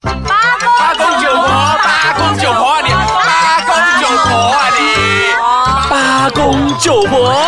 啊公九婆，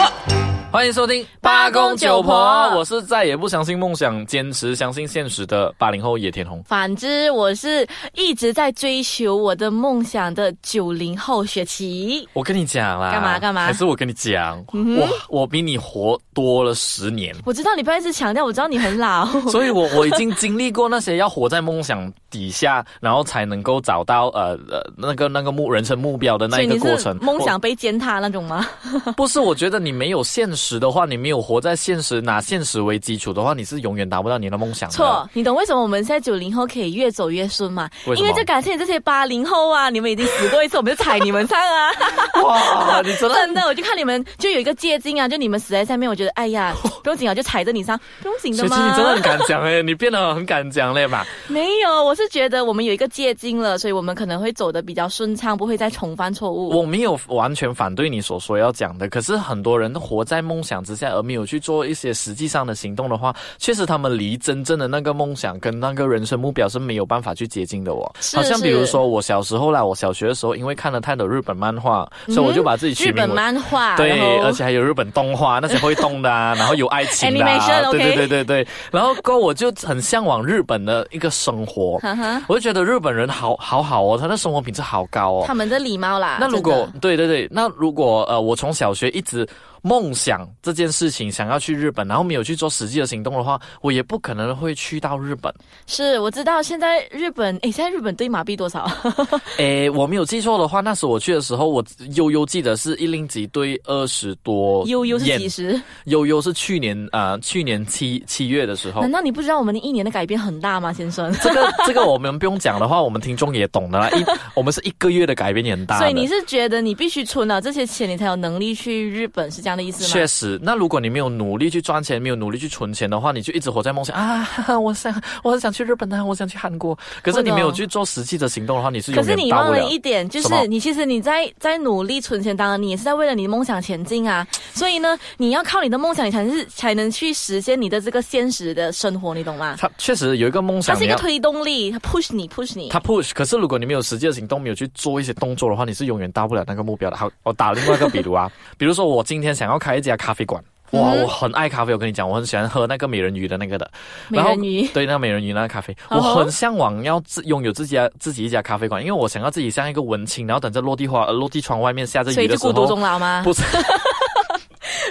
欢迎收听八公九婆我是再也不相信梦想，坚持相信现实的八零后野田红。反之，我是一直在追求我的梦想的九零后雪琪。我跟你讲啦，干嘛干嘛嗯还是我跟你讲，我我比你活多了十 年，我知道你不要一直强调，我知道你 很老。所以我我已经经历过那些要活在梦想底下，然后才能够找到呃呃那个那个目人生目标的那所以一个你过是程。梦想被践踏那种吗？我不是，我觉得你没有现实的话，你没有活在现实，拿现实为基础的话，你是永远达不到你的梦想的。错，你懂为什么我们现在九零后可以越走越顺吗？为什因么为就感谢你这些八零后啊，你们已经死过一次，我们就踩你们上啊！ 哇，你真的真的，我就看你们就有一个借镜啊，就你们死在下面，我觉得哎 呀，不用紧啊，就踩着你上，不用紧的雪琪，嘛。你真的很敢讲哎、你变得很敢讲嘞嘛。没有，我是觉得我们有一个借镜了，所以我们可能会走得比较顺畅，不会再重犯错误。我没有完全反对你所说要讲的，可是很多人活在梦想之下，而没有去做一些实际上的行动的话，确实他们离真正的那个梦想跟那个人生目标是没有办法去接近的哦。是好像比是如说我小时候啦，我小学的时候因为看了太多日本漫画，所以我就把自己取嗯日名为本漫画，然对，后而且还有日本动画，那些会动的 啊，然后有爱情的、啊， Animation，对 OK 对对对对。然后过后我就很向往日本的一个生活哈哈，我就觉得日本人好好好哦，他的生活品质好高哦他。们的礼貌啦。那如真果的对对对，那如果呃，我从小学一直梦想这件事情，想要去日本，然后没有去做实际的行动的话，我也不可能会去到日本。是我知道现在日本，诶，现在日本对马币多少？哦诶，我没有记错的话，那时我去的时候，我悠悠记得是一令吉兑二十多，悠悠是几？十？悠悠是去年啊、呃去年七七月的时候难。道你不知道我们的一年的改变很大吗，先生？这个这个我们不用讲的话，我们听众也懂的啦。 一我们是一个月的改变也很大的。所以你是觉得你必须存了这些钱，你才有能力去日本，是这样的意思吗确？实，那如果你没有努力去赚钱，没有努力去存钱的话，你就一直活在梦想啊！ 哈哈我想，我很想去日本啊，我想去韩国。可是你没有去做实际的行动的话，你是可永是远你到忘不了了。一点，就什么是你其实你在在努力存钱，当然你也是在为了你的梦想前进啊。所以呢，你要靠你的梦想，你才是才能去实现你的这个现实的生活，你懂吗？他确实有一个梦它想，是一你个要推动力，它 push 你 push 你。他 push。可是如果你没有实际的行动，没有去做一些动作的话，你是永远到不了那个目标的。好，我打另外一个比如啊， 比如说我今天想要开一家咖啡馆。嗯哇，我很爱咖啡，我跟你讲，我很喜欢喝那个美人鱼的那个的，美然后人鱼对，那美人鱼那个咖啡，我哦吼很向往要自拥有自己家自己一家咖啡馆，因为我想要自己像一个文青，然后等着落地花、呃落地窗外面下着所雨以的就时孤独啊终候，老吗？不 是。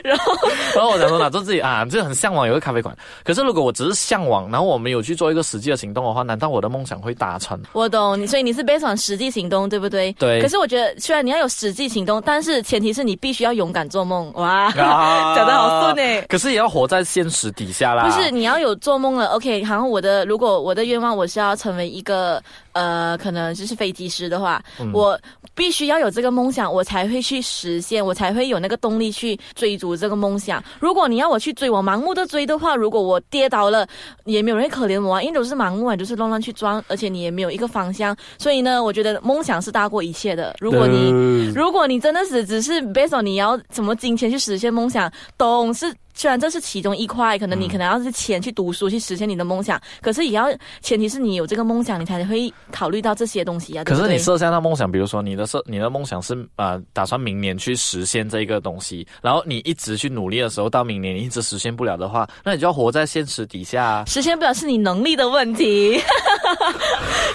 然后，然后我想说，拿着自己啊，就很向往有个咖啡馆。可是如果我只是向往，然后我没有去做一个实际的行动的话，难道我的梦想会达成？我懂你，所以你是 based on 实际行动，对不对？对可是我觉得，虽然你要有实际行动，但是前提是你必须要勇敢做梦。哇，啊讲得好顺欸可是也要活在现实底下啦。不是，你要有做梦了。OK，然后我的如果我的愿望我是要成为一个呃，可能就是飞机师的话，嗯我必须要有这个梦想，我才会去实现，我才会有那个动力去追逐这个梦想。如果你要我去追，我盲目的追的话，如果我跌倒了，也没有人会可怜我啊，因为都是盲目啊，就是乱乱去撞，而且你也没有一个方向。所以呢，我觉得梦想是大过一切的。如果你你如果你真的是只是 based on 你要什么金钱去实现梦想，懂是虽然这是其中一块，可能你可能要是钱去读书去实现你的梦想，可是也要前提是你有这个梦想，你才会考虑到这些东西啊。可对是不对你设下的梦想，比如说你的设你的梦想是呃，打算明年去实现这个东西，然后你一直去努力的时候，到明年你一直实现不了的话，那你就要活在现实底下、啊。实现不了是你能力的问题，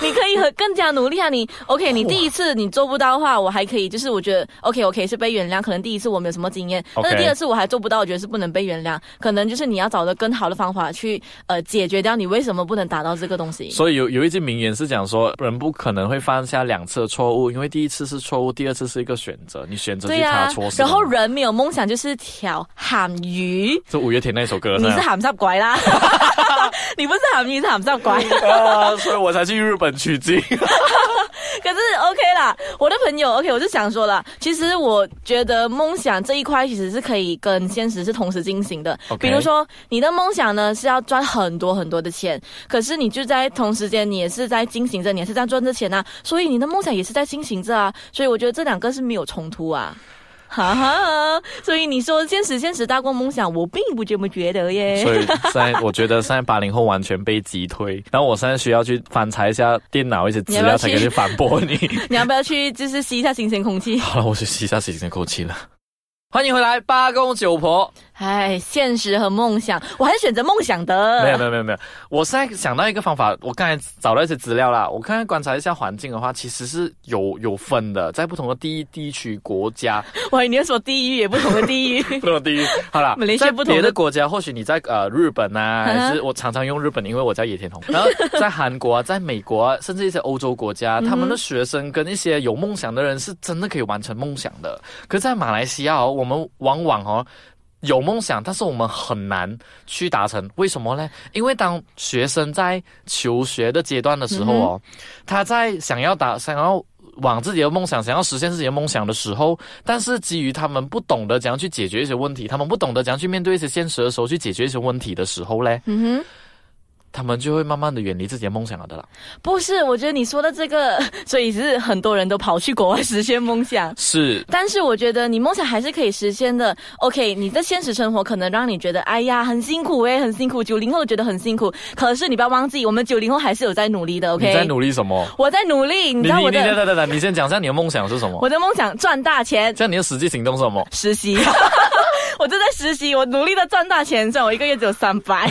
你可以和更加努力啊！你 OK，你第一次你做不到的话，我还可以，就是我觉得 OK OK 是被原谅，可能第一次我没有什么经验 OK 但是第二次我还做不到，我觉得是不能被原谅，可能就是你要找到更好的方法去呃解决掉你为什么不能达到这个东西。所以有有一句名言是讲说，人不可能会犯下两次的错误，因为第一次是错误，第二次是一个选择，你选择对去呀、踏错是然吗。后人没有梦想就是条喊鱼，就五月天那首歌， 你这是样喊上拐啦，你不是喊鱼是喊上拐。啊， 所以我才去日本取经。 可是 OK 啦，我的朋友 OK，我就想说啦，其实我觉得梦想这一块其实是可以跟现实是同时进行的。 OK 比如说你的梦想呢是要赚很多很多的钱，可是你就在同时间你也是在进行着，你也是在赚着钱啊，所以你的梦想也是在进行着啊，所以我觉得这两个是没有冲突啊。哈哈，所以你说现实现实大过梦想，我并不这么觉得耶。所以现在我觉得现在八零后完全被击退，然后我现在需要去翻查一下电脑一些资料才可以去反驳你。 你要不要去就是吸一下新鲜空气？ 好了，我去吸一下新鲜空气了。欢迎回来，八公九婆。唉，现实和梦想，我还是选择梦想的。没有没有没有没有，我现在想到一个方法，我刚才找到一些资料啦，我刚才观察一下环境的话，其实是有有分的，在不同的地地区、国家、 哇，你要说地狱也不同的地狱。 不同地域，好啦，马来西亚在不同别的的国家，或许你在呃日本啊，嗯哼还是我常常用日本，因为我叫野田红。然 后在韩国啊，在美国啊，甚至一些欧洲国嗯家，他们的学生跟一些有梦想的人是真的可以完成梦想的。可在马来西亚哦，我们往往哦。有梦想，但是我们很难去达成，为什么呢？因为当学生在求学的阶段的时候哦，他在想要达想要往自己的梦想，想要实现自己的梦想的时候，但是基于他们不懂得怎样去解决一些问题，他们不懂得怎样去面对一些现实的时候，去解决一些问题的时候嘞，嗯他们就会慢慢的远离自己的梦想了的啦。哼，不是，我觉得你说的这个， 所以是很多人都跑去国外实现梦想。是，但是我觉得你梦想还是可以实现的。OK，你的现实生活可能让你觉得，哎呀，很辛苦诶、很辛苦。九零后觉得很辛苦，可是你不要忘记，我们九零后还是有在努力的。你在 OK，努力什么？我在努力，你你知道你我你等的等等等，你先讲一下你的梦想是什么？我的梦想赚大钱，这样你的实际行动是什么？实习。 我正在实习，我努力的赚大钱，虽然我一个月只有三百，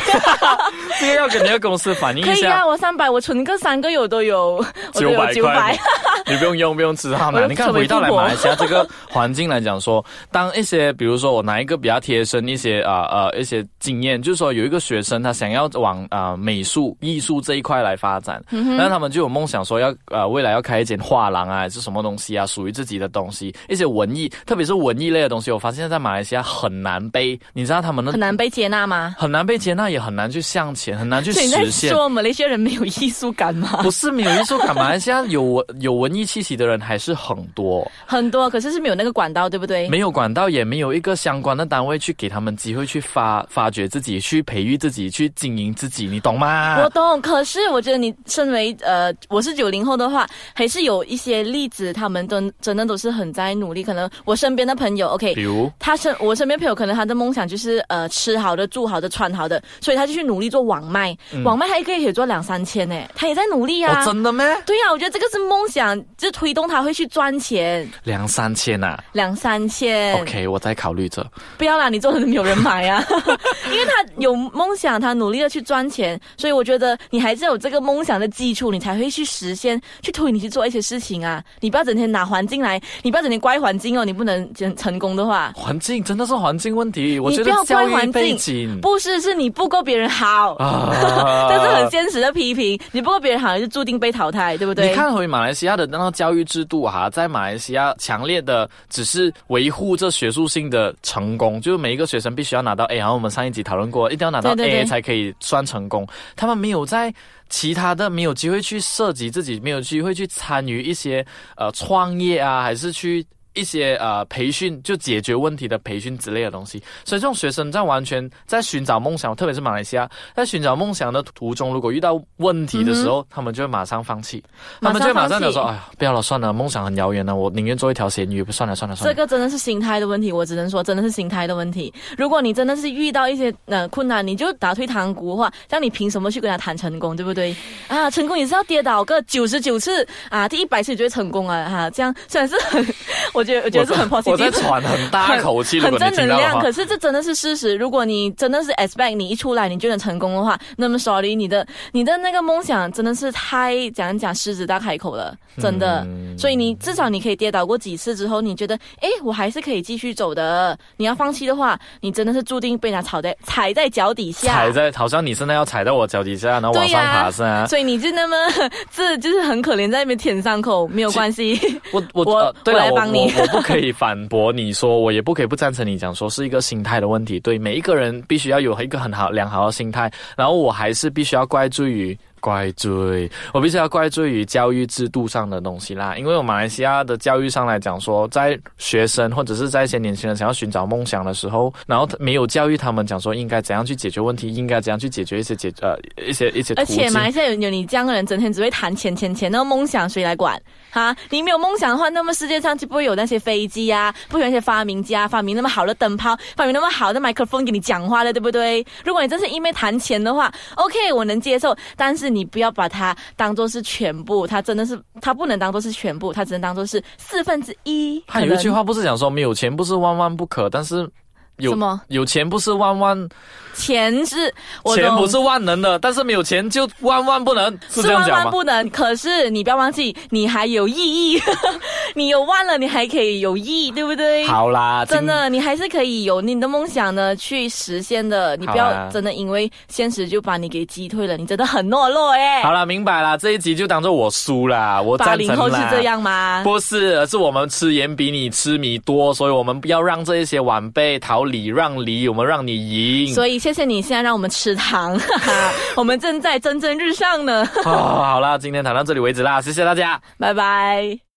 这个要 跟你的公司反映可一以下啊，。我三百，我存个三个月我都有，我都九哦有百九百块，，你不用用，不用吃他我们。又你看，成为回到来富婆马来西亚这个环境来讲说， 当一些比如说我拿一个比较贴身一些啊呃一些经验，就是说有一个学生他想要往啊、呃美术艺术这一块来发展，嗯那他们就有梦想说要呃未来要开一间画廊啊，还是什么东西啊，属于自己的东西，一些文艺，特别是文艺类的东西，我发现在马来西亚很难被，你知道他们的很难被接纳吗？很难被接纳，也很难去向前，很难去所以你在实现。说马来西亚人没有艺术感 吗？不是没有艺术感，马来西亚有文有文艺气息的人还是很多，很多，可是是没有那个管道，对不对？没有管道，也没有一个相关的单位去给他们机会去发发掘自己，去培育自己，去经营自己，你懂吗我？懂，可是我觉得你身为呃，我是九零后的话，还是有一些例子，他们都真的都是很在努力。可能我身边的朋友，OK，比如，他身我身边朋友可能他的梦想就是呃吃好的、住好的、穿好的，所以他就去努力做网卖，网卖他一个月可以做两三千呢，他也在努力啊。哦，嗯真的咩？对呀、我觉得这个是梦想，就推动他会去赚钱两三千啊两三千。 ？OK，我在考虑着。不要啦，你做的没有人 买呀、因为他有梦想，他努力的去赚钱，所以我觉得你还是有这个梦想的基础，你才会去实现，去推你去做一些事情啊。你不要整天拿环境来，你不要整天怪环境哦，你不能成成功的话，环境真的是环境问题，我觉不得要怪教育环背境景不 是是你不够别人好，嗯啊这是很现实的批评，你不够别人好，你就注定被淘汰，对不对？你看回马来西亚的那个教育制度哈、在马来西亚强烈的只是维护这学术性的成功，就是每一个学生必须要拿到 A，然后我们上一集讨论过，一定要拿到对对 A 对才可以算成功。他们没有在其他的没有机会去涉及自己，没有机会去参与一些呃创业啊，还是去。一些呃培训就解决问题的培训之类的东西，所以这种学生在完全在寻找梦想，特别是马来西亚，在寻找梦想的途中，如果遇到问题的时候，他们就会马上放弃。他们就会马上就说：“马哎呀，不要了，算了，梦想很遥远呢，我宁愿做一条咸鱼，不算了，算了，算这了。个真的是心态的问题，我只能说真的是心态的问题。如果你真的是遇到一些呃困难，你就打退堂鼓的话，这样你凭什么去跟他谈成功，对不对？啊，成功也是要跌倒个九十九次啊，第一百次你就会成功了哈、这样 虽然是很，我觉得我觉得是很我在 positive。喘很大口气，如很果你正听能到的量，话可，是这真的是事实。如果你真的是 expect 你一出来你就能成功的话，那么 sorry，你的你的那个梦想真的是太讲讲狮子大开口了，真的。啊嗯所以你至少你可以跌倒过几次之后，你觉得，诶，我还是可以继续走的。你要放弃的话，你真的是注定被人家踩在踩在脚底下。踩在好像你现在要踩到我脚底下，然后往对呀上爬是啊。所以你就那么 这就是很可怜，在那边舔伤口，没有关系。我我我呃对了，我来我帮你我我不可以反驳你说，我也不可以不赞成你讲说是一个心态的问题。对，每一个人必须要有一个很好良好的心态，然后我还是必须要怪罪于。怪罪，我必须要怪罪于教育制度上的东西啦，因为我马来西亚的教育上来讲说，在学生或者是在一些年轻人想要寻找梦想的时候，然后没有教育他们讲说应该怎样去解决问题，应该怎样去解决一些解呃一些一些途而且径。马来西亚有有你这样的人，整天只会谈钱钱钱，那个梦想谁来管？哈，你没有梦想的话，那么世界上就不会有那些飞机啊，不会有那些发明家发明那么好的灯泡，发明那么好的麦克风给你讲话了，对不对？如果你真是因为谈钱的话，OK，我能接受，但是是你不要把它当做是全部，它真的是它不能当做是全部，它只能当做是四分之一。他有一句话不是讲说没有钱不是万万不可，但是有什么有钱不是万万钱是，我钱懂不是万能的，但是没有钱就万万不能，是这样万讲万吗？不能，可是你不要忘记，你还有意义， 你有万了，你还可以有意义，对不对？好啦，真今的，你还是可以有你的梦想呢，去实现的。你不好啊要真的因为现实就把你给击退了，你真的很懦弱哎、好啦，明白啦，这一集就当做我输啦，我八赞成零啦。后是这样吗？不是，而是我们吃盐比你吃米多，所以我们不要让这一些晚辈讨礼让梨，我们让你赢。所以谢谢你现在让我们吃糖， 哈哈，我们正在蒸蒸日上呢，哦啊、好啦，今天谈到这里为止啦，谢谢大家。拜拜。